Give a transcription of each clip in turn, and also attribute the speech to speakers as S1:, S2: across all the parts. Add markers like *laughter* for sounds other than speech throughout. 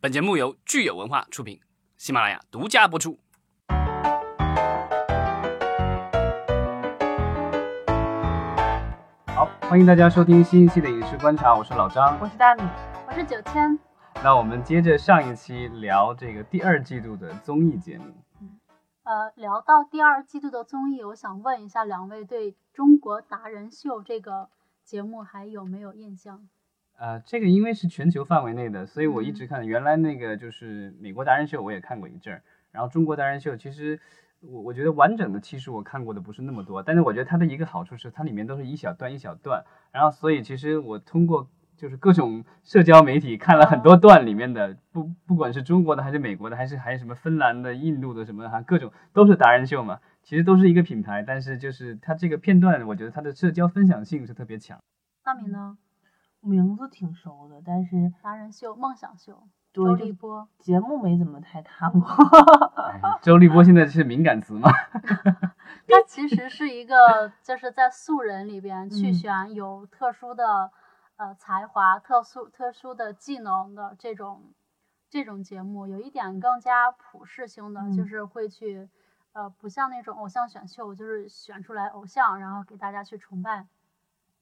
S1: 本节目由聚友文化出品，喜马拉雅独家播出。
S2: 好，欢迎大家收听新一期的《影视观察》，我是老张
S3: 我。是大米，
S4: 我是九千，
S2: 那我们接着上一期聊这个第二季度的综艺节目，
S4: 呃，聊到第二季度的综艺，我想问一下两位对《中国达人秀》这个节目还有没有印象？
S2: 呃，这个因为是全球范围内的，所以我一
S4: 嗯
S2: 直看。原来那个就是美国达人秀，我也看过一阵儿，然后中国达人秀，其实我我觉得完整的其实我看过的不是那么多，但是我觉得它的一个好处是它里面都是一小段一小段，然后所以其实我通过。就是各种社交媒体看了很多段里面的，不不管是中国的还是美国的，还是还有什么芬兰的、印度的什么的，还各种都是达人秀嘛。其实都是一个品牌，但是就是它这个片段，我觉得它的社交分享性是特别强。
S4: 大米呢？
S3: 名字挺熟的，但是
S4: 达人秀、梦想秀、啊周
S3: 对
S4: 立
S3: 这
S4: 波，
S3: 节目没怎么太看过。
S2: 哎周立波现在是敏感词嘛？
S4: 它其实是一个就是在素人里边去
S3: 嗯
S4: 选有特殊的呃才华、特殊特殊的技能的这种这种节目，有一点更加普适性的，就
S3: 嗯
S4: 是会去呃不像那种偶像选秀，就是选出来偶像，然后给大家去崇拜。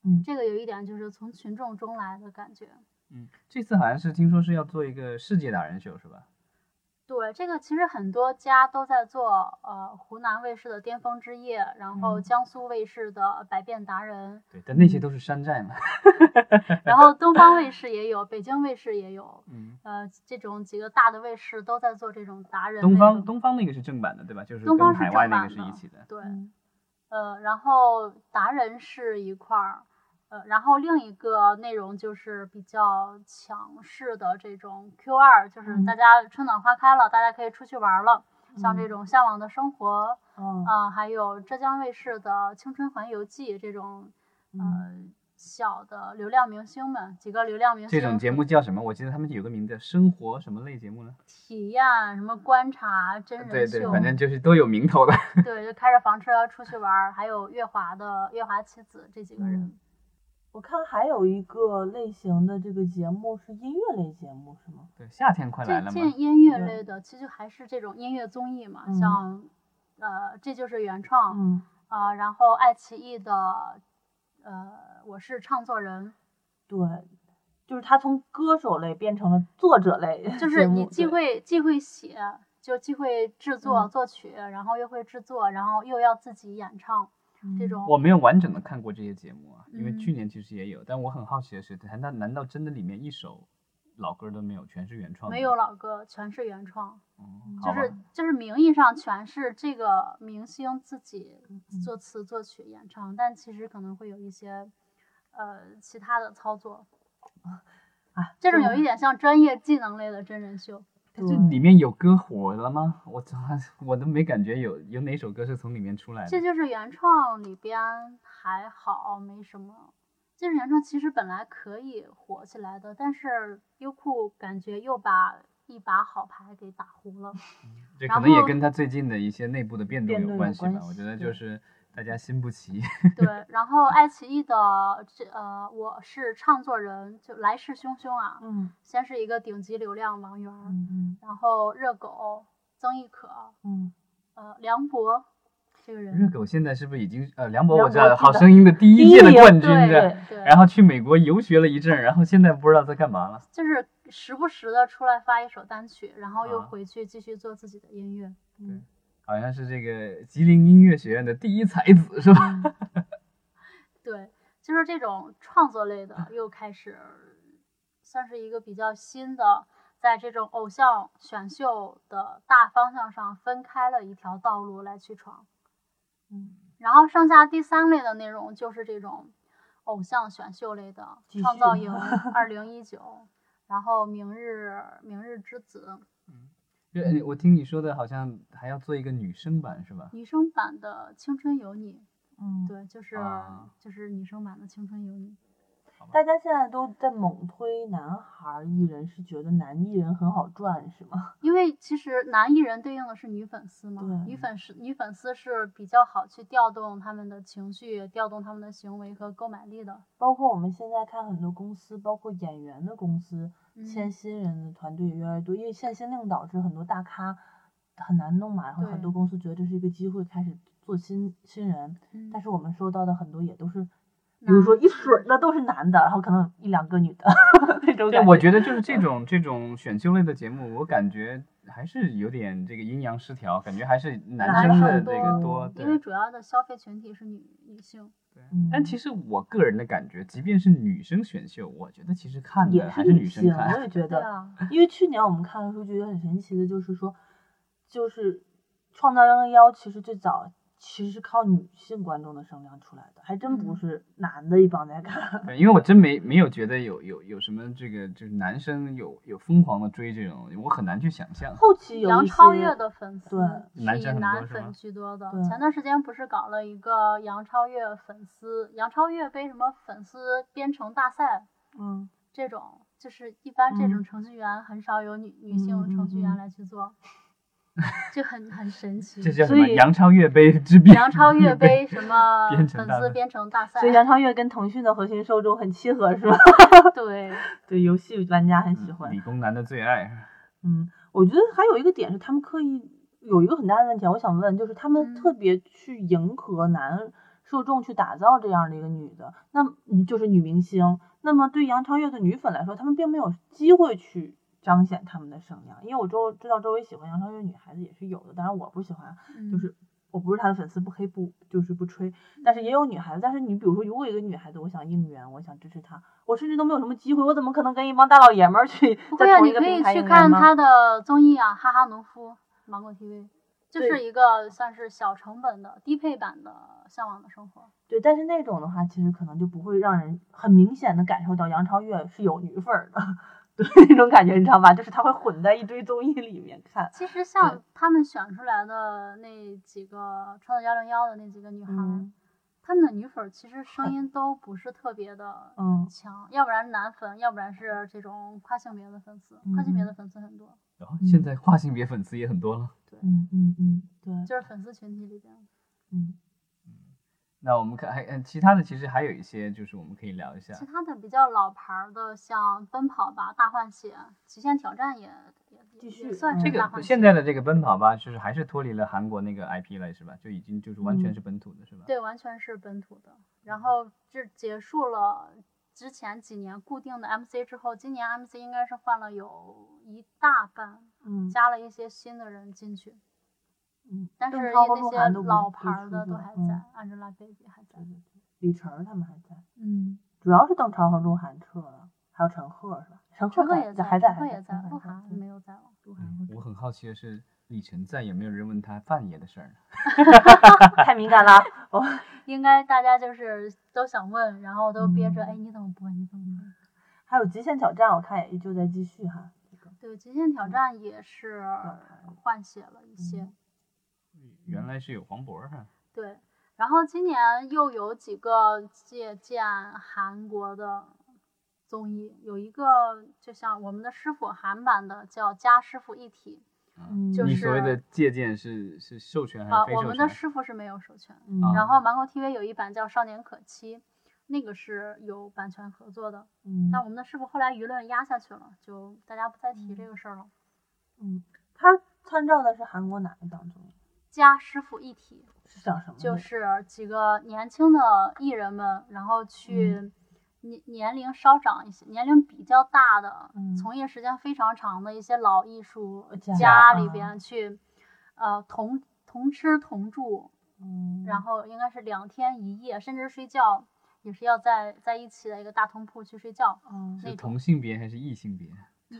S3: 嗯
S4: 这个有一点就是从群众中来的感觉。
S2: 嗯，这次好像是听说是要做一个世界达人秀是吧？
S4: 对，这个其实很多家都在做，呃，湖南卫视的《巅峰之夜》，然后
S3: 嗯
S4: 江苏卫视的《百变达人
S2: 对，但那些都是山寨嘛。》， *laughs*
S4: 然后东方卫视也有，北京卫视也有，
S2: 嗯，
S4: 呃，这种几个大的卫视都在做这种达
S2: *laughs*
S4: 人类
S2: 东
S4: 的。
S2: 方东方那个是正版的对吧？就是
S4: 东方
S2: 跟
S4: 是
S2: 海
S4: 正
S2: 外那
S4: 版
S2: 个是
S4: 的
S2: 一起的。
S4: 对，
S3: *laughs* 嗯
S4: 呃，然后达人是一块儿，呃，然后另一个内容就是比较强势的这种 Q 二，就是
S3: 嗯
S4: 大家春暖花开了，大家可以出去玩儿了，像这
S3: 嗯
S4: 种向往的生活。
S3: 哦，
S4: 啊，还有浙江卫视的《青春环游记》这种呃
S3: 嗯，
S4: 小的流量明星们，几个流量明星
S2: 这种节目叫什么？我记得他们有个名字，生活什么类节目呢？
S4: 体验什么观察真
S2: 对
S4: 人
S2: 呃对，
S4: 秀，
S2: 反正就是都有名
S4: *laughs*
S2: 头的。
S4: 对就开着房车出去玩儿，还有月华的月华妻子这几个人，
S3: 嗯我看还有一个类型的这个节目是音乐类节目是吗？
S2: 对，夏天快来
S4: 最
S2: 了嘛
S4: 近。音乐
S3: 对
S4: 类的其实还是这种音乐综艺嘛，
S3: 嗯
S4: 像呃这就是原创
S3: 嗯，
S4: 啊、然后爱奇艺的呃我是唱作人，
S3: 对，就是他从歌手类变成了作者类节目，
S4: 就是你既
S3: 对
S4: 会既会写，就既会制作、
S3: 嗯
S4: 作曲，然后又会制作，然后又要自己演唱这
S3: 嗯
S4: 种。
S2: 我没有完整的看过这些节目啊，因为
S4: 嗯
S2: 去年其实也有，但我很好奇的是，难道难道真的里面一首老歌都没有，全是原创的吗？
S4: 没有老歌，全是原创，
S2: 嗯，
S4: 就
S2: 好吧
S4: 是就是名义上全是这个明星自己
S2: 嗯
S4: 作词、作曲、演唱，但其实可能会有一些呃其他的操作。
S3: 啊，
S4: 这种有一点像专业技能类的真人秀，
S2: 这里面有歌火了吗？我操，我都没感觉有有哪首歌是从里面出来的。
S4: 这就是原创里边还好，没什么。这是原创其实本来可以火起来的，但是优酷感觉又把一把好牌给打糊
S2: *laughs*
S4: 了。
S2: 这
S4: 然
S2: 可能也
S4: 后
S2: 跟它最近的一些内部的变动
S3: 变动
S2: 有
S3: 有
S2: 关系吧
S3: 关。系
S2: 我觉得就
S3: 对
S2: 是大家心不齐。
S4: 对，然后爱奇艺的这呃，我是唱作人，就来势汹汹啊，
S3: 嗯
S4: 先是一个顶级流量王源儿，
S3: 嗯
S4: 然后热狗、曾轶可、
S3: 嗯
S4: 呃梁博这
S2: *laughs*
S4: 个
S2: 热
S4: 人，
S2: 狗现在是不是已经呃，梁博
S3: 梁
S2: 我知道
S3: 博
S2: 了，《
S3: 记
S2: 好
S3: 得
S2: 声音》的第一
S3: 第一
S2: 届的
S3: 名
S2: 冠军
S3: 对
S2: 的，
S4: 对，
S2: 然后去美国游学了一阵儿，然后现在不知道在干嘛了。
S4: 就是时不时的出来发一首单曲，然后又
S2: 啊
S4: 回去继续做自己的音乐。
S3: 嗯
S2: 好像是这个吉林音乐学院的第一才子是吧？ *laughs*
S3: 嗯，
S4: 对，就是这种创作
S2: *laughs*
S4: 类的又开始，算是一个比较新的，在这种偶像选秀的大方向上分开了一条道路来去闯。
S3: 嗯，
S4: 然后剩下第三类的内容就是这种偶像选秀类的
S3: 继
S4: 创
S3: 续
S4: 造营二零一九，然后明日明日之子
S2: 就呃我听你说的，好像还要做一个女生版是吧？
S4: 女生版的青春有你，
S3: 嗯，
S4: 对，就是、
S2: 啊
S4: 就是女生版的青春有你。
S2: 好吧？
S3: 大家现在都在猛推男孩艺人，是觉得男艺人很好赚，是吗？
S4: 因为其实男艺人对应的是女粉丝嘛，
S3: 对
S4: 女粉丝女粉丝是比较好去调动他们的情绪、调动他们的行为和购买力的。
S3: 包括我们现在看很多公司，包括演员的公司，
S2: 嗯
S3: 签新人的团队也越来越多，因为限薪令导致很多大咖很难弄嘛，然后很多
S4: 对
S3: 公司觉得这是一个机会，开始做新新人。
S4: 嗯，
S3: 但是我们收到的很多也都是，比如说一水儿的都是男的，然后可能有一两个女的 *laughs* 这种
S2: 对，
S3: 感
S2: 我觉
S3: 觉。
S2: 得就是这种这种选秀类的节目，我感觉还是有点这个阴阳失调，感觉还是男
S4: 男
S2: 生
S4: 生
S2: 的
S4: 多
S2: 这个多。对
S4: 因为主要的消费群体是女女性，
S3: 嗯
S2: 但其实我个人的感觉，即便是女生选秀，我觉得其实看
S3: 也
S2: 的还
S3: 是
S2: 是女生
S3: 性，我
S2: 看。*laughs*
S3: 也觉
S4: 对
S3: 得，
S4: 啊， *laughs*
S3: 因为去年我们看的数据也很神奇的，就是说，就是创造幺零幺其实最早其实是靠女性观众的声量出来的，还真不
S4: 嗯
S3: 是男的一帮在看。
S2: 对，因为我真没没有觉得有有有什么这个就是男生有有疯狂的追这种，我很难去想象。
S3: 后期有
S4: 杨
S3: 一
S4: 超
S3: 些
S4: 越的粉丝
S3: 对
S2: 男
S4: 是以
S2: 生很多
S4: 男
S2: 是吗
S4: 粉居多的
S3: 对。
S4: 前段时间不是搞了一个杨超越粉丝，杨超越被什么粉丝编程大赛
S3: 嗯，
S4: 这种，就是一般这
S3: 嗯
S4: 种程序员很少有女女性
S3: 嗯嗯
S4: 程序员
S3: 嗯
S4: 来去
S3: *laughs*
S4: 做，就很很神奇。
S2: 这叫什
S3: 所
S2: 么？
S3: 以
S2: 杨超越杯之变。
S4: 杨超越杯什么
S2: 编
S4: 粉
S2: 程大赛
S4: 丝编程大赛
S3: 所，以杨超越跟腾讯的核心受众很契合，
S4: *laughs*
S3: 是吧？ *laughs*
S4: 对，
S3: 对，游戏玩家很喜
S2: 嗯
S3: 欢
S2: 理。工男的最
S3: *laughs*
S2: 爱。
S3: 嗯，我觉得还有一个点是他们刻意有一个很大的问题啊，我想问，就是他们
S4: 嗯
S3: 特别去迎合男受众去打造这样的一个女的，那么嗯就是女明星。那么对杨超越的女粉来说，他们并没有机会去彰显他们的声量，因为我周知道周围喜欢杨超越女孩子也是有的，当然我不喜欢，就
S4: 嗯
S3: 是我不是他的粉丝，不黑不就是不吹，但是也有女孩子。但是你比如说，如果有一个女孩子，我想应援，我想支持她，我甚至都没有什么机会，我怎么可能跟一帮大老爷们儿去
S4: 不会
S3: 在
S4: 啊，
S3: 同
S4: 你
S3: 一个
S4: 可以
S3: 平台
S4: 去
S3: 应援
S4: 看
S3: 吗
S4: 他的综艺啊，《哈哈农夫》，芒果 TV，就
S3: 对
S4: 是一个算是小成本的低配版的《向往的生活》。
S3: 对，但是那种的话，其实可能就不会让人很明显的感受到杨超越是有女粉儿的， *laughs* 对那种感觉，你知道吧？就是她会混在一堆综艺里面看。
S4: 其实像他们选出来的那几个创造幺零幺的那几个女孩儿，
S3: 嗯呃
S4: 她们的女粉儿其实声音都不是特别的
S3: 嗯，
S4: 强，要不然是男粉，要不然是这种跨性别的粉丝，跨性别的粉丝很多，
S2: 然后现在跨性别粉丝也很多了。
S3: 嗯嗯嗯，对，
S4: 就是粉丝群体里边。
S3: 嗯
S2: 那我们看还呃其他的，其实还有一些就是我们可以聊一下。
S4: 其他的比较老牌儿的，像《奔跑吧大换血》《极限挑战也》也
S3: 继
S4: 也
S3: 续
S4: 算
S3: 嗯
S4: 是
S2: 这
S4: 大
S2: 个
S4: 换血。
S2: 现在的这个奔跑吧，就是还是脱离了韩国那个 IP 了，是吧？就已经就是完全
S3: 嗯
S2: 是本土的，是吧？
S4: 对，完全是本土的。然后这结束了之前几年固定的 MC 之后，今年 MC 应该是换了有一大半，
S3: 嗯
S4: 加了一些新的人进去，
S3: 嗯，
S4: 但
S3: 邓
S4: 是
S3: 超和鹿
S4: 那些
S3: 晗都不
S4: 老
S3: 不
S4: 牌儿
S3: 出
S4: 的都
S3: 过
S4: 还在
S3: 嗯
S4: ，Angelababy 还在
S3: 对。对对李晨儿他们还在。
S4: 嗯，
S3: 主要是邓超和鹿晗撤了，还有陈赫是吧？陈
S4: 陈赫
S3: 在
S4: 也在，
S3: 还
S4: 陈
S3: 还
S4: 赫
S3: 在
S4: 也在，鹿晗
S3: *laughs*
S4: 没
S3: 有，
S4: 有在了。
S3: 鹿
S2: 嗯
S3: 晗
S2: 我很好奇的是，李晨在也没有人问他范爷的事儿呢。
S3: 太敏感了， *laughs* 我
S4: 应该大家就是都想问，然后都憋着，
S3: 嗯
S4: 哎，你怎么不问？你怎么不问？
S3: 还有极限挑战，我看也依旧在继续哈。这个
S4: 对，《极限
S2: 嗯
S4: 挑战》也是呃
S3: 牌儿
S4: 换血了一些。
S3: 嗯
S2: 原来是有黄渤啊。
S4: 对，然后今年又有几个借鉴韩国的综艺，有一个就像我们的师傅韩版的叫《家师傅一体
S2: 嗯
S4: 就
S2: 你
S4: 是
S2: 所谓的借鉴是是授权》还
S4: 啊、
S2: 嗯是非
S4: 我
S2: 授
S4: 们
S2: 权？
S4: 的师傅是没有授权。
S3: 嗯
S2: 啊
S4: 然后芒果 TV 有一版叫《少年可期》，那个是有版权合作的。
S3: 嗯
S4: 但我们的师傅后来舆论压下去了，就大家不再提这个事儿了。
S3: 嗯，他参照的是韩国哪一档综艺？
S4: 家师傅一体，
S3: 是讲什么的？
S4: 就是几个年轻的艺人们，然后
S3: 嗯
S4: 去年年龄稍长一些、年龄比较大的、
S3: 嗯
S4: 从业时间非常长的一些老艺术
S3: 家
S4: 家里
S3: 啊
S4: 边去，呃，同同吃同住，
S3: 嗯，
S4: 然后应该是两天一夜，甚至睡觉也是要在在一起的一个大通铺去睡觉，
S3: 嗯
S4: 那
S2: 是
S4: 种
S2: 同性别还是异性别？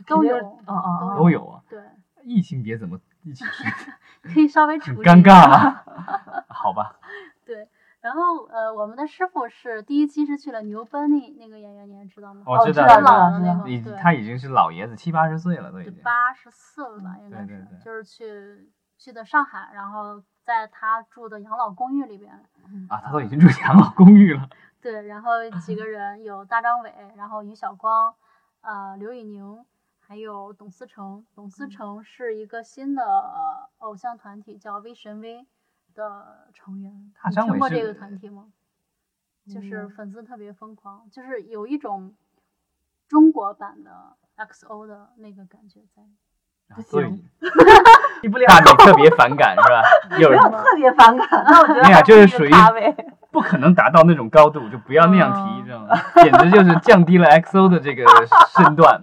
S4: 都
S3: 肯定
S4: 有
S3: 是哦哦哦
S2: 都有啊。
S4: 对，
S2: 异性别怎么一起睡？
S4: *laughs* 可以稍微
S2: 很
S4: 处理
S2: 尴
S4: 一下 *laughs*
S2: 尬
S3: 啊
S2: 吗？啊好吧，
S4: 对。然后，呃，我们的师傅是第一期是去了牛奔那那个演员，你还知道吗？哦
S2: 我
S3: 知
S2: 道
S3: 道
S2: 知
S3: 知道
S2: 道，
S4: 老
S3: 知
S4: 的那
S3: 道
S4: 个，
S2: 已
S4: 嗯对
S2: 他已经是老爷子，七八十岁了都已经。
S4: 八十四了吧，应该
S2: 嗯对
S4: 是
S2: 对对，
S4: 就是去去的上海，然后在他住的养老公寓里边，
S2: 啊，他都已经住养老公寓了。
S4: 对，然后
S2: *laughs*
S4: 几个人有大张伟，然后于晓光，呃，刘宇宁，还有董思成。董
S2: 嗯
S4: 思成是一个新的、呃偶像团体，叫微神威的成员。
S2: 大
S4: 你
S2: 张伟
S4: 听过
S2: 是
S4: 这个团体吗？就是
S3: 嗯
S4: 粉丝特别疯狂，就是有一种中国版的 XO 的那个感觉在。
S2: 啊
S3: 不
S2: 所以
S3: 行
S2: *laughs*
S3: 比不了，
S2: 大美特别反感是
S4: *laughs*
S2: 吧？有
S3: 没
S2: 人
S3: 有特别反感。那
S2: *laughs*
S3: 我觉得
S2: 没有
S3: 还
S2: 就是
S3: 一个
S2: 属于
S3: 咖位。
S2: 不可能达到那种高度，就不要那样提，
S3: 哦
S4: 嗯
S2: 知道吗？简直就是降低了 XO 的这个身
S3: *laughs*
S2: 段。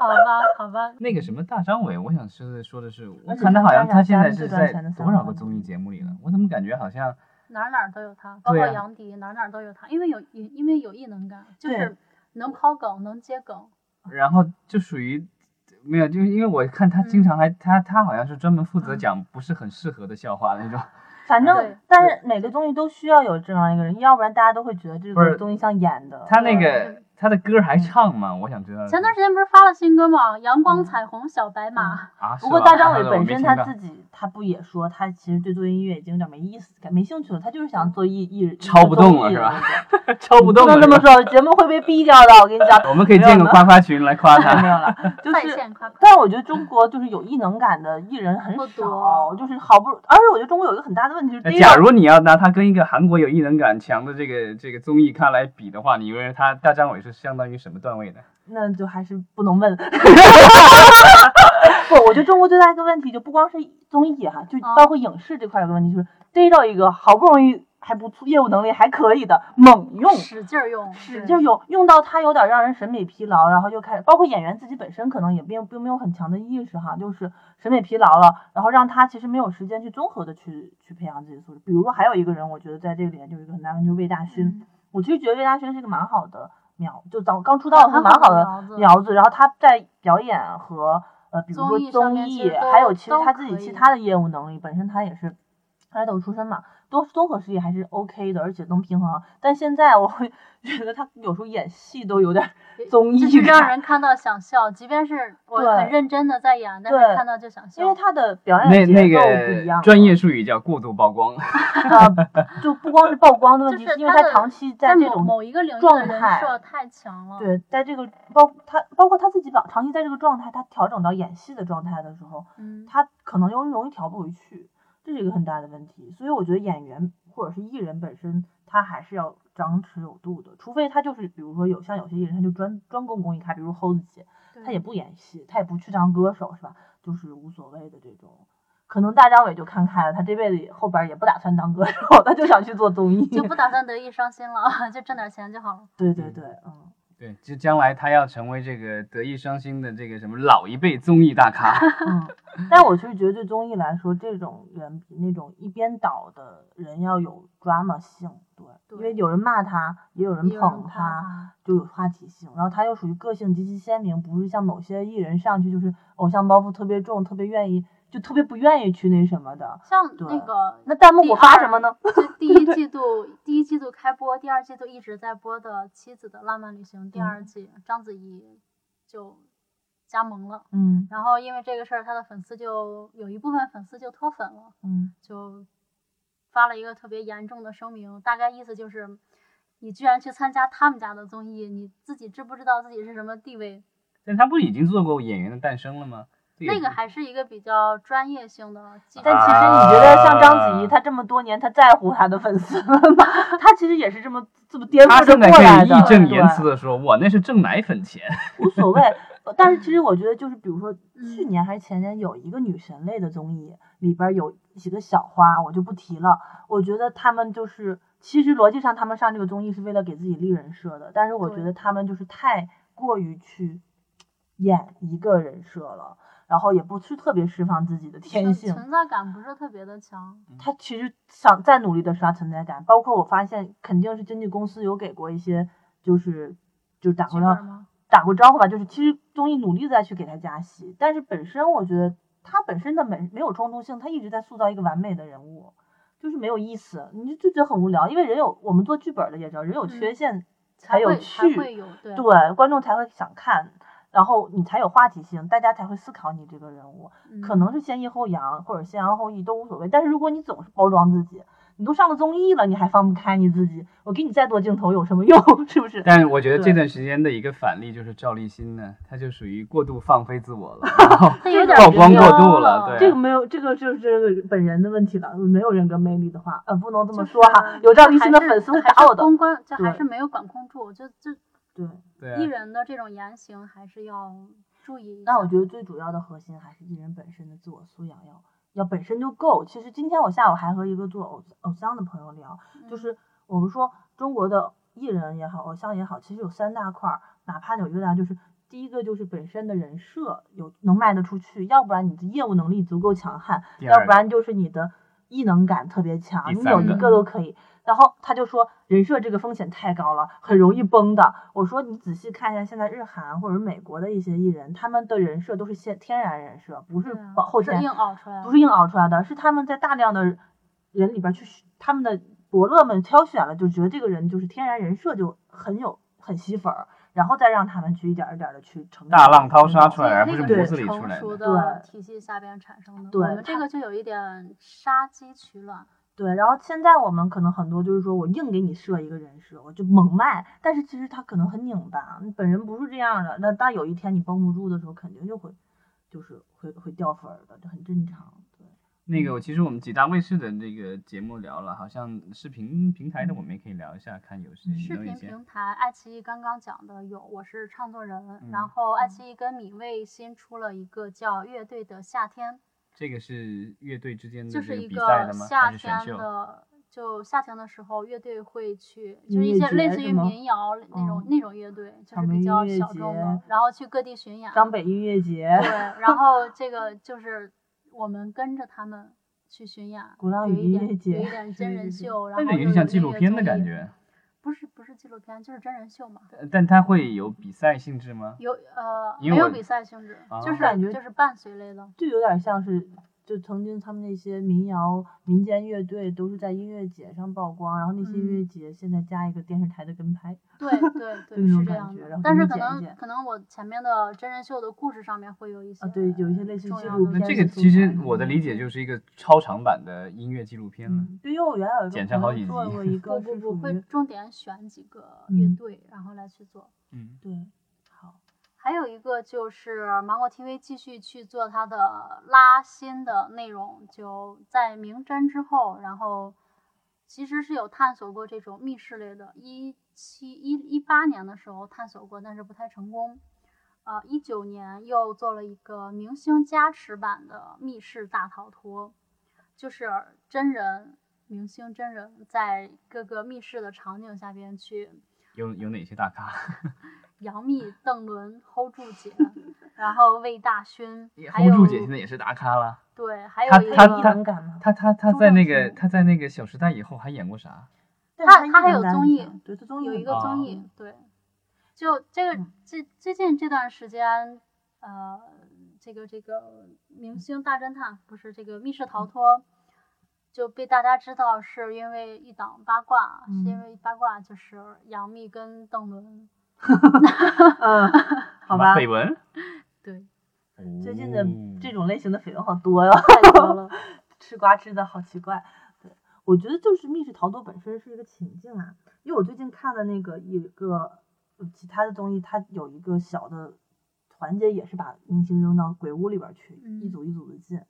S4: 好吧，好吧，
S2: 那个什么大张伟，我想说的说的是，我
S3: 而且
S2: 看他好像
S3: 他
S2: 他
S3: 是
S2: 现
S3: 咱
S2: 在
S3: 们
S2: 是
S3: 这段
S2: 在
S3: 前的三
S2: 多少
S3: 环
S2: 个
S3: 里
S2: 综艺节目里了？我怎么感觉好像
S4: 哪儿哪儿都有他，包
S2: 对
S4: 括
S2: 啊
S4: 杨迪，哪儿哪儿都有他，因为有因为有异能感，就
S3: 对
S4: 是能抛梗，能接梗。
S2: 然后就属于没有，就是因为我看他经常还、他他好像是专门负责讲不是很适合的笑话那种，
S3: *laughs* 反
S4: 对
S3: 正，但是每个综艺都需要有这样一个人，要不然大家都会觉得这
S2: 不是
S3: 个综艺像演的。
S2: 他那
S4: 对
S2: 个他的歌还唱吗？我想知
S3: 嗯
S2: 道
S4: 前段时间不是发了新歌吗？《阳光、彩虹、小白马》
S3: 嗯
S2: 啊，
S3: 不过大张伟
S2: 是吧
S3: 本身
S2: 我没听
S3: 他
S2: 到
S3: 自己，他不也说他其实对做音乐已经有点没意思感、没兴趣了，他就是想做艺艺
S2: 抄不动了是吧？ *laughs* 抽不动
S3: 不
S2: 了
S3: 能这么说，节目会被逼掉的。我跟你讲，
S2: *laughs* 我们可以建个夸夸群来夸
S3: *laughs* 没
S2: 他。
S3: 有了，就
S4: 在
S3: 是。
S4: 线夸夸。
S3: 但是我觉得中国就是有异能感的艺人很
S4: 不
S3: 少，
S4: 多
S3: 就是好不，而且我觉得中国有一个很大的问题就是
S2: 那
S3: 第一
S2: 假
S3: 个，
S2: 如你要拿他跟一个韩国有异能感强的这个这个综艺咖来比的话，你认为他大张伟是相当于什么段位的？
S3: 那就还是不
S2: *laughs*
S3: 能问。不，我觉得中国最大一个问题就不光是综艺哈、就
S4: 嗯
S3: 包括影视这块有个问题，就是逮到一个好不容易还不错、业务能力还可以的猛用，
S4: 使劲儿用，
S3: 是
S4: 对
S3: 就用用到他有点让人审美疲劳，然后就开始，包括演员自己本身可能也并并没有很强的意识哈，就是审美疲劳了，然后让他其实没有时间去综合的去去培养自己的素质。比如说还有一个人，我觉得在这个里面就是一个很大问题，就是魏大勋。
S4: 嗯
S3: 我其实觉得魏大勋是一个蛮好的苗，就早刚出道的时候蛮好的
S4: 啊的
S3: 苗子，然后他在表演和呃，比如
S4: 综
S3: 说
S4: 艺上
S3: 综
S4: 面其
S3: 艺，
S4: 实都
S3: 还有其实
S4: 都
S3: 他自己
S4: 可
S3: 其
S4: 以
S3: 他的业务能力，本身他也是爱豆出身嘛，多综合实力还是 OK 的，而且能平衡。啊但现在我会觉得他有时候演戏都有点儿综艺
S4: 就是让
S3: 感，
S4: 人看到想笑，即便
S3: *laughs*
S4: 是我
S3: 对
S4: 很认真的在演，但是
S3: 对
S4: 看到就想笑。
S3: 因为他的表
S2: 那
S3: 演
S2: 那
S3: 呃节奏不一样
S2: 个
S3: 啊了，
S2: 专业术语叫过度曝光。 *laughs*
S3: 呃，就不光是曝光的问
S4: 就
S3: 题，
S4: 是
S3: 是因为
S4: 他
S3: 他
S4: 的
S3: 长期
S4: 在
S3: 在这
S4: 某
S3: 种
S4: 某一个领域
S3: 状
S4: 的人
S3: 态
S4: 设太强了，
S3: 对，在这个包他包括他自己保长期在这个状态，他调整到演戏的状态的时候，
S4: 嗯，
S3: 他可能又容易调不回去，这是一个很大的问题。所以我觉得演员或者是艺人本身，他还是要张弛有度的，除非他就是比如说有像有些艺人，他就专专攻公益咖，比如猴子姐，
S4: 对
S3: 她也不演戏，她也不去当歌手，是吧？就是无所谓的这种。可能大张伟就看开了，他这辈子也后边儿也不打算当歌手，他就想去做综艺。
S4: 就不打算得意伤心了， *laughs* 就挣点钱就好了。
S3: 对对对，嗯，
S2: 对，就将来他要成为这个德艺双馨的这个什么老一辈综艺大
S3: *laughs*
S2: 咖。
S3: 嗯，但我是觉得对综艺来说，这种人比那种一边倒的人要有 drama 性，对，
S4: 对
S3: 因为有人骂他，也有人
S4: 也有人
S3: 捧
S4: 夸
S3: 他，
S4: 他，
S3: 就有话题性。然后他又属于个性极其鲜明，不是像某些艺人上去就是偶像包袱特别重，特别愿意，就特别不愿意去那什么的。
S4: 像
S3: 对
S4: 那个
S3: 那弹幕我发什么呢？
S4: 就第一季度，第一季度开播，第二季度一直在播的《妻子的浪漫旅行》第
S3: 嗯
S4: 二季，章子怡就加盟了。
S3: 嗯
S4: 然后因为这个事儿，她的粉丝就有一部分粉丝就脱粉了，
S3: 嗯，
S4: 就发了一个特别严重的声明，大概意思就是，你居然去参加他们家的综艺，你自己知不知道自己是什么地位？
S2: 但他不是已经做过《演员的诞生》了吗？这
S4: 那个
S2: 不
S4: 还是一个比较专业性的技术
S3: 但其实你觉得像章子怡，她这么多年，她在乎她的粉丝吗？ *laughs* 她其实也是这么这么颠
S2: 他
S3: 覆着
S2: 现在
S3: 过来
S2: 可以
S3: 的，
S2: 义正言
S3: 对
S2: 辞的说：“我那是挣奶粉钱。 *laughs*
S3: 无所谓。呃但是其实我觉得，就是比如说
S4: 嗯
S3: 去年还是前年有一个女神类的综艺，里边有几个小花，我就不提了。我觉得他们就是，其实逻辑上他们上这个综艺是为了给自己立人设的，但是我觉
S4: 对
S3: 得他们就是太过于去演一个人设了，然后也不去特别释放自己的天
S4: 存
S3: 性。
S4: 存在感不是特别的强。
S3: 他其实想再努力的刷存在感，包括我发现肯定是经纪公司有给过一些，就是就是打
S4: 剧
S3: 过
S4: 本
S3: 招
S4: 吗？
S3: 打过招呼吧，就是其实综艺努力地再去给他加戏，但是本身我觉得他本身的没没有冲突性，他一直在塑造一个完美的人物，就是没有意思，你就就觉得很无聊。因为人有我们做剧本的也知道，人有缺陷、才有
S4: 会嗯才
S3: 趣，
S4: 会有对
S3: 对观众才会想看，然后你才有话题性，大家才会思考你这个人物。
S4: 嗯
S3: 可能是先抑后扬或者先扬后抑都无所谓，但是如果你总是包装自己，你都上了综艺了，你还放不开你自己？我给你再多镜头有什么用？ *laughs* 是不是？
S2: 但我觉得这
S3: 对
S2: 段时间的一个反例就是赵立新呢，他就属于过度放飞自我了，然
S3: *laughs*
S2: 后
S4: 这有点
S2: 曝光过度
S4: 多
S2: 了对
S3: 这个没有，这个就是本人的问题了。没有人格魅力的话，呃，不能这
S4: 就
S3: 么
S4: 是
S3: 说哈。有赵立新的粉丝会
S4: 还是
S3: 打我的。
S4: 公关就还
S3: 对
S4: 是没有管控住，就就
S3: 对，
S2: 对
S4: 艺
S2: 啊，
S4: 人的这种言行还是要注意一下。
S3: 那我觉得最主要的核心还是艺人本身的自我素养要要本身就够。其实今天我下午还和一个做偶偶像的朋友聊，
S2: 嗯
S4: 得
S3: 就是我们说中国的艺人也好，偶像也好，其实有三大块儿，哪怕纽约大就是。第一个就是本身的人设有能卖得出去，要不然你的业务能力足够强悍，
S2: 第
S3: 要
S2: 二
S3: 不然就是你的异能感特别强，
S2: 第
S3: 你
S2: 三
S3: 有一
S4: 个
S3: 个都可以。然后他就说人设这个风险太高了，很容易崩的。我说你仔细看一下现在日韩或者美国的一些艺人，他们的人设都是先天然人设，不是
S2: 啊
S3: 保后天
S4: 啊硬熬出来的，
S3: 不是硬熬出来的，是他们在大量的人里边去选，他们的伯乐们挑选了，就觉得这个人就是天然人设就很有很吸粉儿，然后再让他们去一点儿一点的去成
S2: 大
S3: 长嗯
S2: 浪淘沙
S3: 成长
S2: 出来而不
S4: 那
S2: 是
S4: 个
S2: 模
S4: 是
S2: 子里出来
S4: 成熟
S2: 的。
S4: 的体系下边产生的。
S3: 对
S4: 我们这个就有一点杀鸡取卵。
S3: 对，然后现在我们可能很多就是说我硬给你设一个人设，我就猛卖，但是其实他可能很拧巴，你本人不是这样的。那但有一天你绷不住的时候，肯定就会就是会会掉粉儿的，这很正常。对，
S2: 那
S3: 嗯
S2: 个，其实我们几大卫视的这个节目聊了，好像视频平台的
S3: 嗯
S2: 我们也可以聊一下，看有谁嗯
S4: 视
S2: 有一
S4: 频
S2: 些。
S4: 平台，爱奇艺刚刚讲的有《我是唱作人》
S2: 嗯
S4: 然后爱奇艺跟米未新出了一个叫《乐队的夏天
S2: 这个是乐队之
S3: 嗯
S2: 间》，
S4: 就
S2: 的这
S4: 是一
S2: 比赛
S4: 个
S2: 的吗？
S4: 夏
S2: 还是选
S4: 天
S2: 秀？
S4: 的。就夏天的时候，乐队会去，就是
S3: 音
S4: 一
S3: 乐
S4: 些
S3: 节
S4: 类似于
S3: 是吗
S4: 民谣那种、
S3: 嗯
S4: 那种乐队，就
S3: 草
S4: 是
S3: 莓
S4: 比
S3: 音
S4: 较
S3: 乐
S4: 小众的
S3: 节，
S4: 然后去各地巡演。
S3: 张北音乐节， *laughs*
S4: 对，然后这个就是我们跟着他们去巡演，
S3: 鼓浪
S4: 有
S3: 屿
S4: 一
S3: 音乐
S4: 点
S3: 节
S4: 有一点真人秀，然后
S2: 那
S4: 又
S2: 有
S4: 有
S2: 点像纪录
S4: 音乐
S2: 片的
S4: 综
S2: 感
S4: 艺，
S2: 觉，
S4: 不是不是纪录片，就是真人秀嘛。
S2: 但但它会有比赛性质吗？
S4: 有呃
S2: 因
S4: 没
S2: 为
S4: 有
S2: 我
S4: 比赛性质
S2: 啊，
S4: 就是
S3: 感觉
S4: 就是伴随类的。
S3: 就有点像是就曾经他们那些民谣民间乐队都是在音乐节上曝光，然后那些音乐
S4: 嗯
S3: 节现在加一个电视台的跟拍， *laughs*
S4: 对对对，
S3: 那种
S4: 是这
S3: 感
S4: 样
S3: 觉
S4: 的
S3: 然后。
S4: 但
S3: 给
S4: 是
S3: 你
S4: 可
S3: 剪一
S4: 能
S3: 剪
S4: 可能我前面的真人秀的故事上面会有一些
S3: 啊对有一些类似
S4: 重
S3: 纪
S4: 要
S3: 录
S4: 的
S2: 那
S3: 片
S2: 这
S4: 东
S2: 个
S3: 的
S4: 西
S2: 其实
S3: 素材
S2: 我的理解就是一个超长版的音乐纪录片了。
S3: 嗯，对，因为我原来有一
S2: 剪
S3: 个
S2: 成好
S3: 朋
S2: 几
S3: 友做
S2: 集 *laughs*
S3: 过一
S4: 不
S3: 个
S4: 不
S3: 是
S4: 不
S3: 属
S4: 会
S3: 于
S4: 重点选几个乐
S3: 嗯
S4: 队，然后来去做。
S2: 嗯，
S3: 对，好，
S4: 还有一个就是芒果 TV 继续去做它的拉新的内容，就在明侦之后，然后其实是有探索过这种密室类的，一七一一八年的时候探索过，但是不太成功。呃，一九年又做了一个明星加持版的密室大逃脱，就是真人明星真人在各个密室的场景下边去
S2: 有有哪些大咖？*laughs*
S4: 杨幂、邓伦、hold 住姐，然后魏大勋，还有
S2: hold 住姐现在 *laughs* 也是大咖了。
S4: 对，还
S2: 她
S4: 有一个
S2: 她
S4: 艺
S2: 她
S4: 人
S3: 能感嘛，
S2: 她她她
S4: 周
S2: 在
S4: 扬
S2: 那个
S4: 青
S2: 她在那个《小时代》以后还演过啥？
S3: 但
S4: 他
S3: 是
S4: 他还
S3: 一
S4: 有
S3: 般
S4: 综
S3: 是
S4: 艺
S3: 这样对，他综艺
S4: 有一
S3: 很
S4: 个
S3: 棒
S4: 综
S2: 啊
S4: 艺，对，就这个
S3: 嗯
S4: 最最近这段时间，呃，这个这个明星大侦探不是这个密室
S2: 嗯
S4: 逃脱。就被大家知道，是因为一档八卦，是因
S3: 嗯
S4: 为八卦就是杨幂跟邓伦，
S3: 嗯， *laughs*
S2: 什
S3: 好
S2: 么
S3: 吧，
S2: 绯闻。哦
S4: 对，
S3: 最近的这
S2: 种
S3: 种类型的绯闻好多呀、
S4: 太多
S2: *laughs*
S4: 了。
S3: 吃瓜吃的好奇怪。对，我觉得就是密室逃脱本身是一个情境啊，因为我最近看的那个一个呃其他的综艺，它有一个小的环节也是把明星扔到鬼屋里边去，
S4: 嗯
S3: 一组一组的进，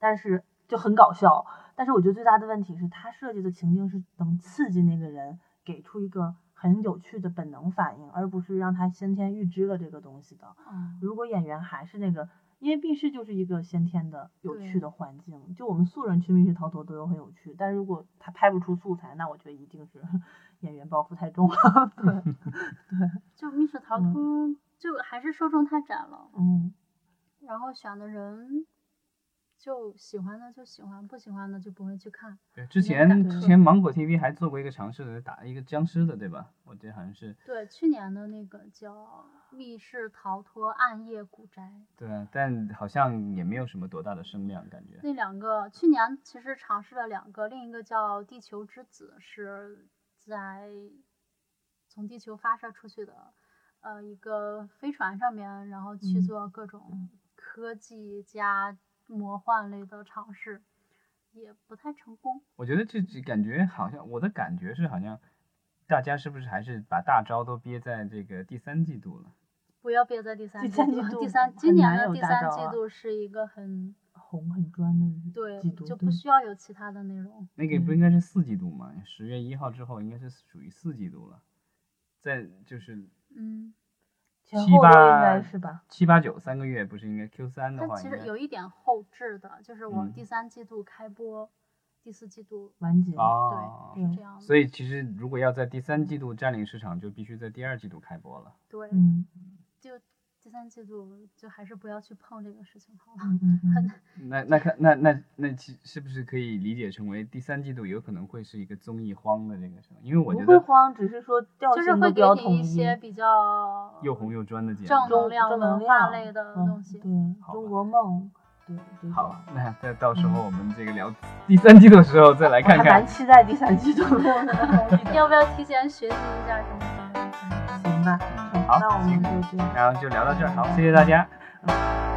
S3: 但是就很搞笑。但是我觉得最大的问题是，它设计的情境是能刺激那个人给出一个很有趣的本能反应，而不是让他先天预知了这个东西的。
S4: 嗯
S3: 如果演员还是那个，因为密室就是一个先天的有
S4: 对
S3: 趣的环境，就我们素人去密室逃脱都有很有趣，但如果他拍不出素材，那我觉得一定是 *laughs* 演员包袱太重了。
S4: *laughs*
S3: 对，
S4: 就密室逃
S3: 嗯
S4: 脱，就还是受众太窄了。
S3: 嗯，
S4: 然后选的人就喜欢的就喜欢，不喜欢的就不会去看。
S2: 对，之
S4: 感
S2: 前
S4: 觉
S2: 之前芒果 TV 还做过一个尝试，打一个僵尸的，对吧？我记得好像是
S4: 对，去年的那个叫《密室逃脱暗夜古宅》，
S2: 对啊，但好像也没有什么多大的声量，感觉。
S4: 那两个去年其实尝试了两个，另一个叫《地球之子》，是在从地球发射出去的，呃，一个飞船上面，然后去
S3: 嗯
S4: 做各种科技加魔幻类的尝试。也不太成功。
S2: 我觉得这这感觉好像，我的感觉是好像，大家是不是还是把大招都憋在这个第三季度了？
S4: 不要憋在第三
S3: 第
S4: 季
S3: 三
S4: 度
S3: 季
S4: 了，
S3: 度
S4: 第三
S3: 很
S4: 今年
S3: 难
S4: 的
S3: 有
S4: 第
S3: 大
S4: 三
S3: 招
S4: 季
S3: 啊
S4: 度是一个很
S3: 红很专的
S4: 对
S3: 季度，
S4: 就
S3: 对
S4: 不需要有其他的内容。
S2: 那个不
S3: 嗯
S2: 应该是四季度吗？十月一号之后应该是属于四季度了，在就是
S4: 嗯，
S3: 前
S2: 七
S3: 后都应
S2: 八
S3: 该是吧？
S2: 七八九三个月，不是应该 Q 三的
S4: 它
S2: 话
S4: 其
S2: 应
S4: 实
S2: 该
S4: 有一点后置的，就是我
S2: 嗯
S4: 们第三季度开播，第四季度
S3: 完结，
S2: 哦
S3: 嗯
S4: 对是这样的。
S2: 所以其实如果要在第三季度占领市场，就必须在第二季度开播了。
S4: 对，
S3: 嗯
S4: 就第三季度就还是不要去碰这个事情好了。
S3: 嗯嗯嗯，
S2: 那那看那那那其是不是可以理解成为第三季度有可能会是一个综艺荒的这个什么？因为我觉
S3: 不会
S2: 得
S3: 慌，只是说调
S4: *laughs* 就是
S3: 性
S4: 会给
S3: 都比较统
S4: 你一
S3: 一，
S4: 些比较
S2: 又红又专的节
S4: 正
S2: 目
S4: 能
S3: 中。
S4: 量
S3: 正
S4: 文
S3: 能
S4: 化
S3: 量
S4: 类的
S3: 嗯
S4: 东西
S3: 对，
S2: 好吧
S3: 中国梦，对对。
S2: 好，那在到时候
S3: 嗯
S2: 我们这个聊第三季度的时候再来
S3: 对，
S2: 看
S3: 哦还
S2: 看
S3: 蛮。期待第三季度
S4: *laughs*
S3: 的
S4: 要不要提前学习一下什么方面？
S3: 行吧，
S2: 好
S3: 嗯那我们
S2: *laughs* 行
S3: 就这样。
S2: 然后就聊到这儿，好，谢谢大家。
S3: 拜拜。